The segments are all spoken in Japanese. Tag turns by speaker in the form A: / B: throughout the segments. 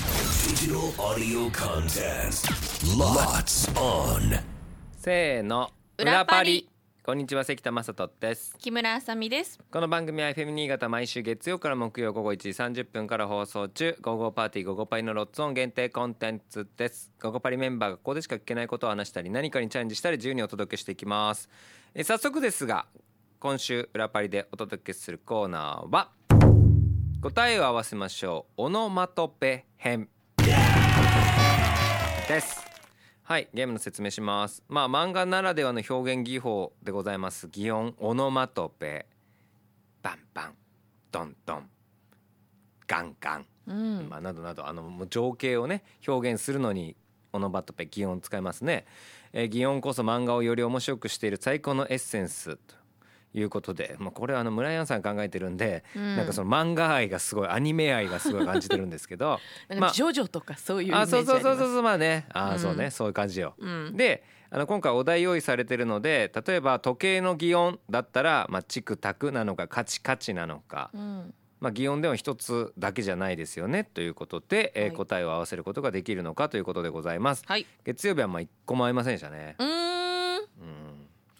A: Digital audio contest. Lots on.
B: せーの
C: 裏パリ
B: こんにちは関田正人です
C: 木村あさみです。
B: この番組は FM 新潟毎週月曜から木曜午後1時30分から放送中午後パーティー午後パリのロッツオン限定コンテンツです午後パリメンバーがここでしか聞けないことを話したり何かにチャレンジしたり自由にお届けしていきますえ早速ですが今週裏パリでお届けするコーナーは答えを合わせましょうオノマトペ編ですはいゲームの説明しますまあ漫画ならではの表現技法でございます擬音オノマトペバンバンドンドンガンガン、
C: うん。
B: まあ、などなどあのもう情景をね表現するのにオノマトペ擬音使いますね、えー擬音こそ漫画をより面白くしている最高のエッセンスということで、まあ、これはあの村山さんが考えてるんで、
C: うん
B: なんかその漫画愛がすごいアニメ愛がすごい感じてるんですけど
C: なん
B: まあ
C: かジョジョとかそういうイメー
B: あ
C: ジ
B: そ
C: あ
B: う
C: ります。
B: そうそうそうそうまあねあーそうね、
C: うん
B: そういう感じよ。
C: うん。
B: であの今回お題用意されてるので例えば時計の擬音だったら、まあ、チクタクなのかカチカチなのか、
C: うん。
B: まあ、擬音でも一つだけじゃないですよねということで、えー
C: はい
B: 答えを合わせることができるのかということでございます
C: はい。
B: 月曜日はまあ一個も合いませんでしたね
C: う、ー
B: う
C: ん。
B: ん、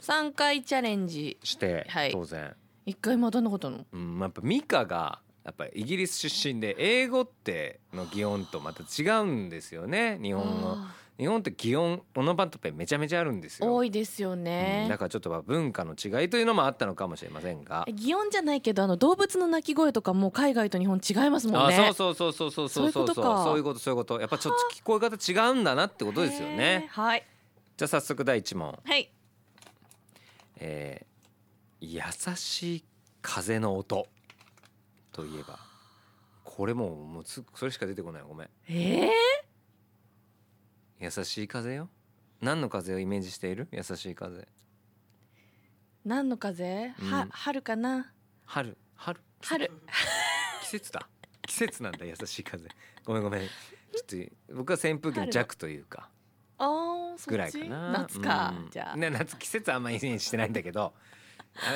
C: 三回チャレンジ。
B: して、
C: はい
B: 当然、
C: 一回も当たんなかったの。
B: うん、やっぱミカがやっぱりイギリス出身で英語っての擬音とまた違うんですよね日本の
C: あ
B: 日本って擬音オノマトペめちゃめちゃあるんです
C: ー
B: よ
C: 多いですよ
B: うん、だ
C: ね。
B: からちょっとまあ文化の違いというのもあったのかもしれませんが、
C: 擬音じゃないけどあの動物の鳴き声とかも海外と日本違いますもん
B: あ
C: ね。
B: そうそうそうそうそうそうそう
C: そういうことか
B: そういうことそういうことやっぱちょっと聞こえ方違うんだなってことですよ
C: へー
B: ね
C: はい。
B: じゃあ早速第一問、
C: はい。
B: えー優しい風の音といえばこれもうもうすぐそれしか出てこないごめん
C: ええ
B: 優しい風よ何の風をイメージしている優しい風
C: 何の風？
B: う
C: は
B: ん
C: 春かな。
B: 春春
C: 春。
B: 季節だ季節なんだ優しい風ごめんごめんちょっと僕は扇風機の弱というか
C: ああそ
B: ぐら
C: っ
B: いか
C: ち。
B: な
C: 夏か
B: うん
C: じゃあ。
B: ね夏季節あんまりイメージしてないんだけど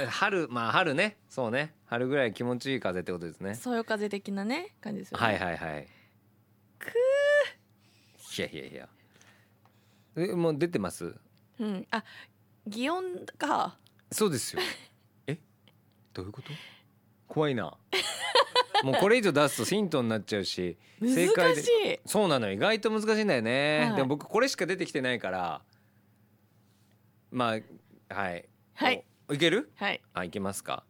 B: あ春まあ春ねそうね春ぐらい気持ちいい風ってことですね
C: そよ風的なね感じですよね。
B: はいはいはい
C: く
B: いやいやいやえもう出てます
C: うん、あ、擬音か。
B: そうですよ えどういうこと怖いなもうこれ以上出すとヒントになっちゃうし
C: 難し
B: 正解で
C: い。
B: そうなのよ意外と難しいんだよね、
C: はい
B: でも僕これしか出てきてないからまあはい
C: はい、
B: おいける
C: はい。
B: あ、行きますか。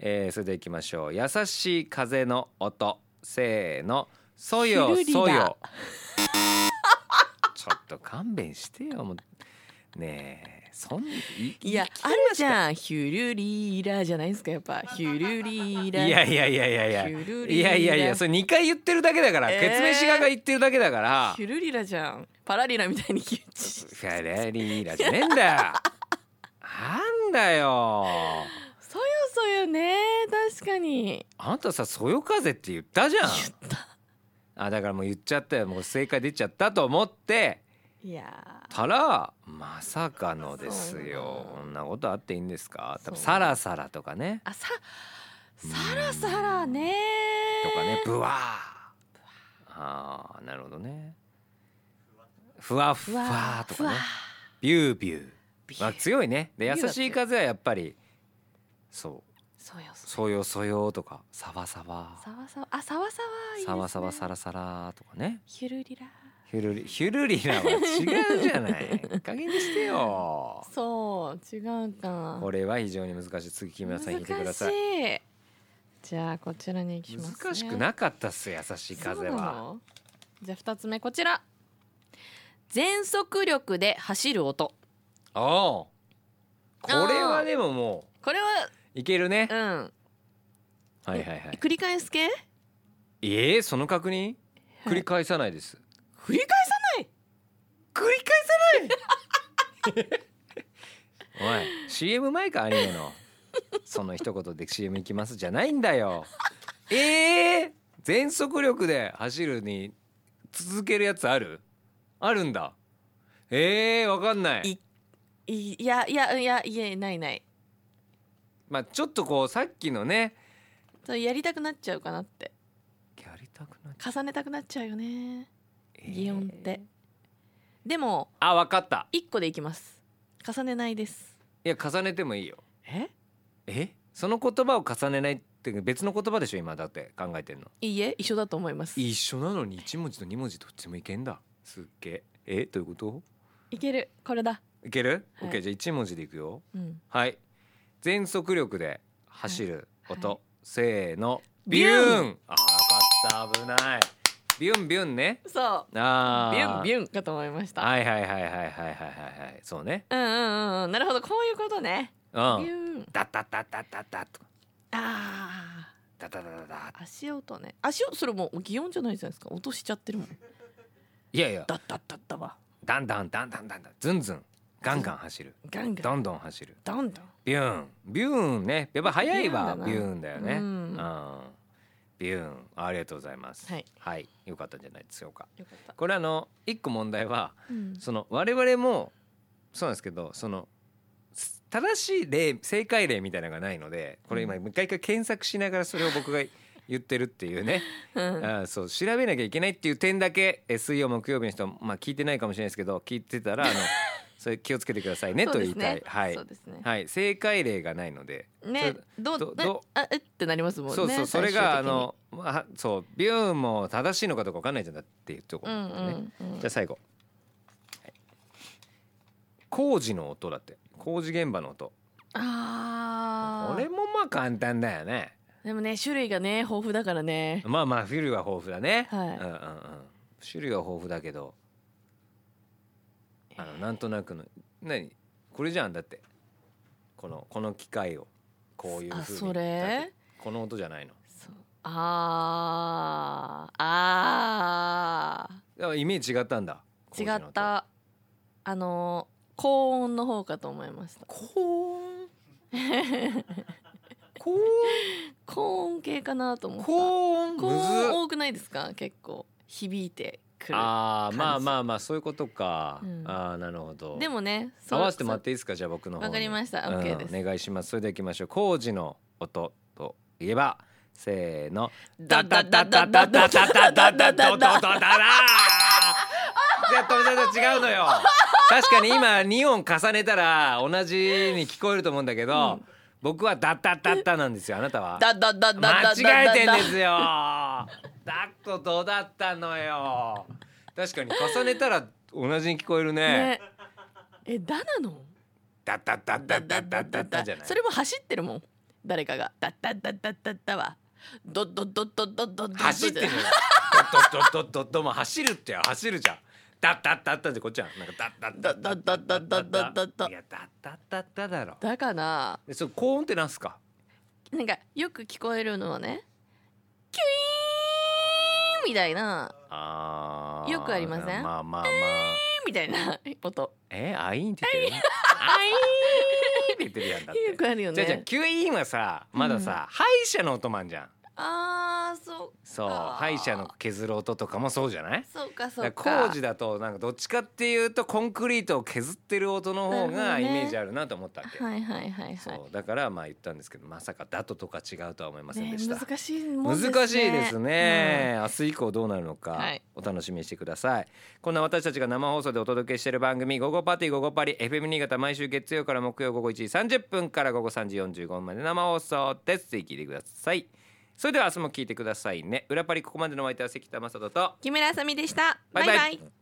B: えー、それで行きましょう。優しい風の音。せーの。そよ
C: ひるりだ
B: そよ。 ちょっと勘弁してよ。もうねえ、そんい
C: いや、あるじゃん。ヒュルリーラじゃないですか、やっぱ。ヒュルリー
B: い
C: ラ。
B: やいやいやいやいや
C: ヒュルリ
B: い
C: ラ
B: やいやいやそれ二回言ってるだけだから、
C: えー
B: ケツメシガが言ってるだけだから
C: ヒュルリラじゃん。パラリラみたいにヒュッ
B: フ
C: チ
B: ェレリーラじゃねえんだよなんだよ
C: そうよそうよね。確かに。
B: あんたさそよ風って言ったじゃん
C: 言った。
B: あだからもう言っちゃったよもう正解出ちゃったと思って
C: いや
B: たらまさかのです
C: そう
B: よ
C: なの
B: こんなことあっていいんですか多分
C: そう
B: サラサラとかね
C: ー。あ、さ、さらさらね。
B: とかねブワーあーなるほどねふわふ
C: う
B: わとかね
C: うわ
B: ビュービュー
C: ビュー
B: まあ強いねで
C: ビューだ
B: 優
C: っ
B: してい風はやっぱりそう
C: そうよそうよ。
B: そよそよとかサバサバ
C: さわさわ、あ、さわさわいいですね。
B: サワサワサラサラとかね
C: ヒュルリラ。
B: ヒュルリヒュルリラは違うじゃない加減にしてよ
C: そう、違うか。
B: これは非常に難しい次木村さん引いてください
C: 難しいじゃあこちらに行きます、ね、
B: 難しくなかったっす優しい風
C: そうな
B: は
C: のじゃあ二つ目こちら全速力で走る音
B: おおこれはでもも
C: これは
B: ういけるね
C: うん
B: はいはいはい
C: 繰り返す系
B: えー、その確認
C: はい
B: 繰り返さないです
C: 繰り返
B: 繰り返さないおい CM 前かアニメのその一言で CM 行きますじゃないんだよえー、全速力で走るに続けるやつあるあるんだえー、わかんない
C: さないいいやいやいやいやないない
B: まあちょっとこうさっきのね
C: それやりたくなっちゃうかなって
B: やりたくなっちゃ
C: 重ねたくなっちゃうよね擬音ってでも
B: あわかった
C: 一個でいきます重ねないです
B: いや重ねてもいいよ
C: え
B: えその言葉を重ねないって別の言葉でしょ今だって考えてんの
C: いいえ一緒だと思いますい
B: 一緒なのに1文字と2文字どっちもいけんだすっげええどういうこと
C: けるこれだ
B: いける、
C: はい
B: ?OK じゃあ1文字でいくよ
C: うん
B: はい全速力で走る音、
C: はい
B: せーの
C: ビューン
B: あー分かった危ないビュンビュンね
C: そうビ
B: あ
C: ュンビ
B: ン
C: ュンかと思いました、
B: はいはいはいはいはいはいはいはいそうね
C: うんうんうんうんなるほどこういうことね
B: う
C: ビュ
B: ん
C: ーン
B: ダッダッダッダッダッダッと
C: あ
B: ダッダッダッダッダッ
C: ー足音ね足音それもう擬音じゃないじゃないですか音しちゃってるもん
B: いやいや
C: だったったったわ
B: だんだんだんだんだんだんずんずんガンガン走る
C: ガンガン
B: どんどん走る
C: どんどん
B: ビューンビューンねやっぱ早いわ
C: ビ
B: ビュ
C: ュー
B: ー
C: ン
B: ンだ
C: だ
B: よ
C: な
B: ね、う
C: うん
B: ん、ビューンありがとうございます
C: はい、
B: 良かったんじゃないでしょうか
C: よかった、
B: これあの一個問題は
C: うん
B: その我々もそうなんですけどそのす正しい例正解例みたいなのがないのでこれ今
C: う
B: 一回一回検索しながらそれを僕が言ってるっていう ね
C: うん
B: あーそう調べなきゃいけないっていう点だけえー水曜木曜日の人はまあ聞いてないかもしれないですけど聞いてたら あのそれ気をつけてくださいねと言いたい、はい
C: そうですね。
B: はい、正解例がないので
C: ね、ど
B: ど
C: う、ね
B: ど、
C: あ、えってなりますもんね。
B: そうそうそれ
C: 最
B: があ
C: 終的に
B: のまあそうビューンも正しいのかどうかわかんないじゃんだっていうとこ
C: う
B: ろなん
C: ん
B: だ
C: う
B: よね、
C: んうん
B: じゃあ最後、はい工事の音だって工事現場の音
C: ああ、
B: これもまあ簡単だよね
C: でもね、種類がね、豊富だからね。
B: まあまあ種類は豊富だね、
C: はい
B: うんうんうん、種類は豊富だけどあのなんとなくの何これじゃんだってこのこの機械をこういうふうに
C: あ、そ
B: だっ
C: れ
B: て。この音じゃないの
C: そうああ、ああ、
B: だからイメージ違ったんだ工事
C: 違
B: の音
C: った。あのー、高音の方かと思いました。
B: 高音高音
C: 高音系かなと思った。
B: 高音
C: 高
B: むずっ
C: 音多くないですか？結構響いてくる。
B: ああ
C: 感じ
B: まあまあまあそういうことか、
C: うん
B: ああなるほど
C: でもね、そ
B: 合
C: う
B: わせてもらっていいですかじゃあ僕の方に
C: わかりました OK です
B: お願いしますそれでは行きましょう工事の音といえばせーの
C: ダダダダダダダダダダダ
B: ダ
C: ダ
B: じゃあ富澤さん違うのよ確かに今2音重ねたら同じに聞こえると思うんだけど、僕はダッダッダッダなんですよあなたは
C: だだだだだだだ
B: 間違えてんですよダッとどだったのよ確かに重ねたら同じに聞こえるね
C: ね。え、だなの？
B: ダッダッダッダッダッダッダッダじゃない
C: それも走ってるもん。誰かがだだだだだだは。どどどどどどど。
B: 走ってるよドッドッドッドッドッドも走るってよ走るじゃんダッダッダッダってこっちはなんかダッダッダッダッダッダッダッダッダッいやダッダッダッダだろ
C: だから
B: でその高音ってなんすか
C: なんかよく聞こえるのはね、キュイーンみたいな
B: あー
C: よくありません
B: まあまあまあ
C: みたいな音。
B: えアイーンって言ってるアイーンって言ってるやんだって
C: よくあるよ
B: じゃあじゃあ
C: ね。
B: 吸引はさまださ、歯医者の音マンじゃん
C: ああ、そう
B: そう
C: あー
B: 歯医者の削る音とかもそうじゃない
C: そうかそ
B: だ
C: う
B: から
C: か。
B: 工事だとなんかどっちかっていうとコンクリートを削ってる音の方
C: なるほど
B: がイ
C: ね
B: メージあるなと思ったわけ、
C: はいはいはい
B: そ
C: は
B: うだからまあ言ったんですけどまさかだととか違うとは思いま
C: い。
B: せん
C: ね
B: でした、
C: 難しいもんですね。
B: 難しいですね、明日以降どうなるのか
C: はい
B: お楽しみにしてください、こんな私たちが生放送でお届けしている番組「午後パーティー午後パリ」FM 新潟毎週月曜から木曜午後1時30分から午後3時45分まで生放送ですぜひ聞いてくださいそれでは明日も聞いてくださいね裏パリここまでのお相手は関田正人と
C: うん。木村あさみでした。
B: バイバイ
C: バイバイ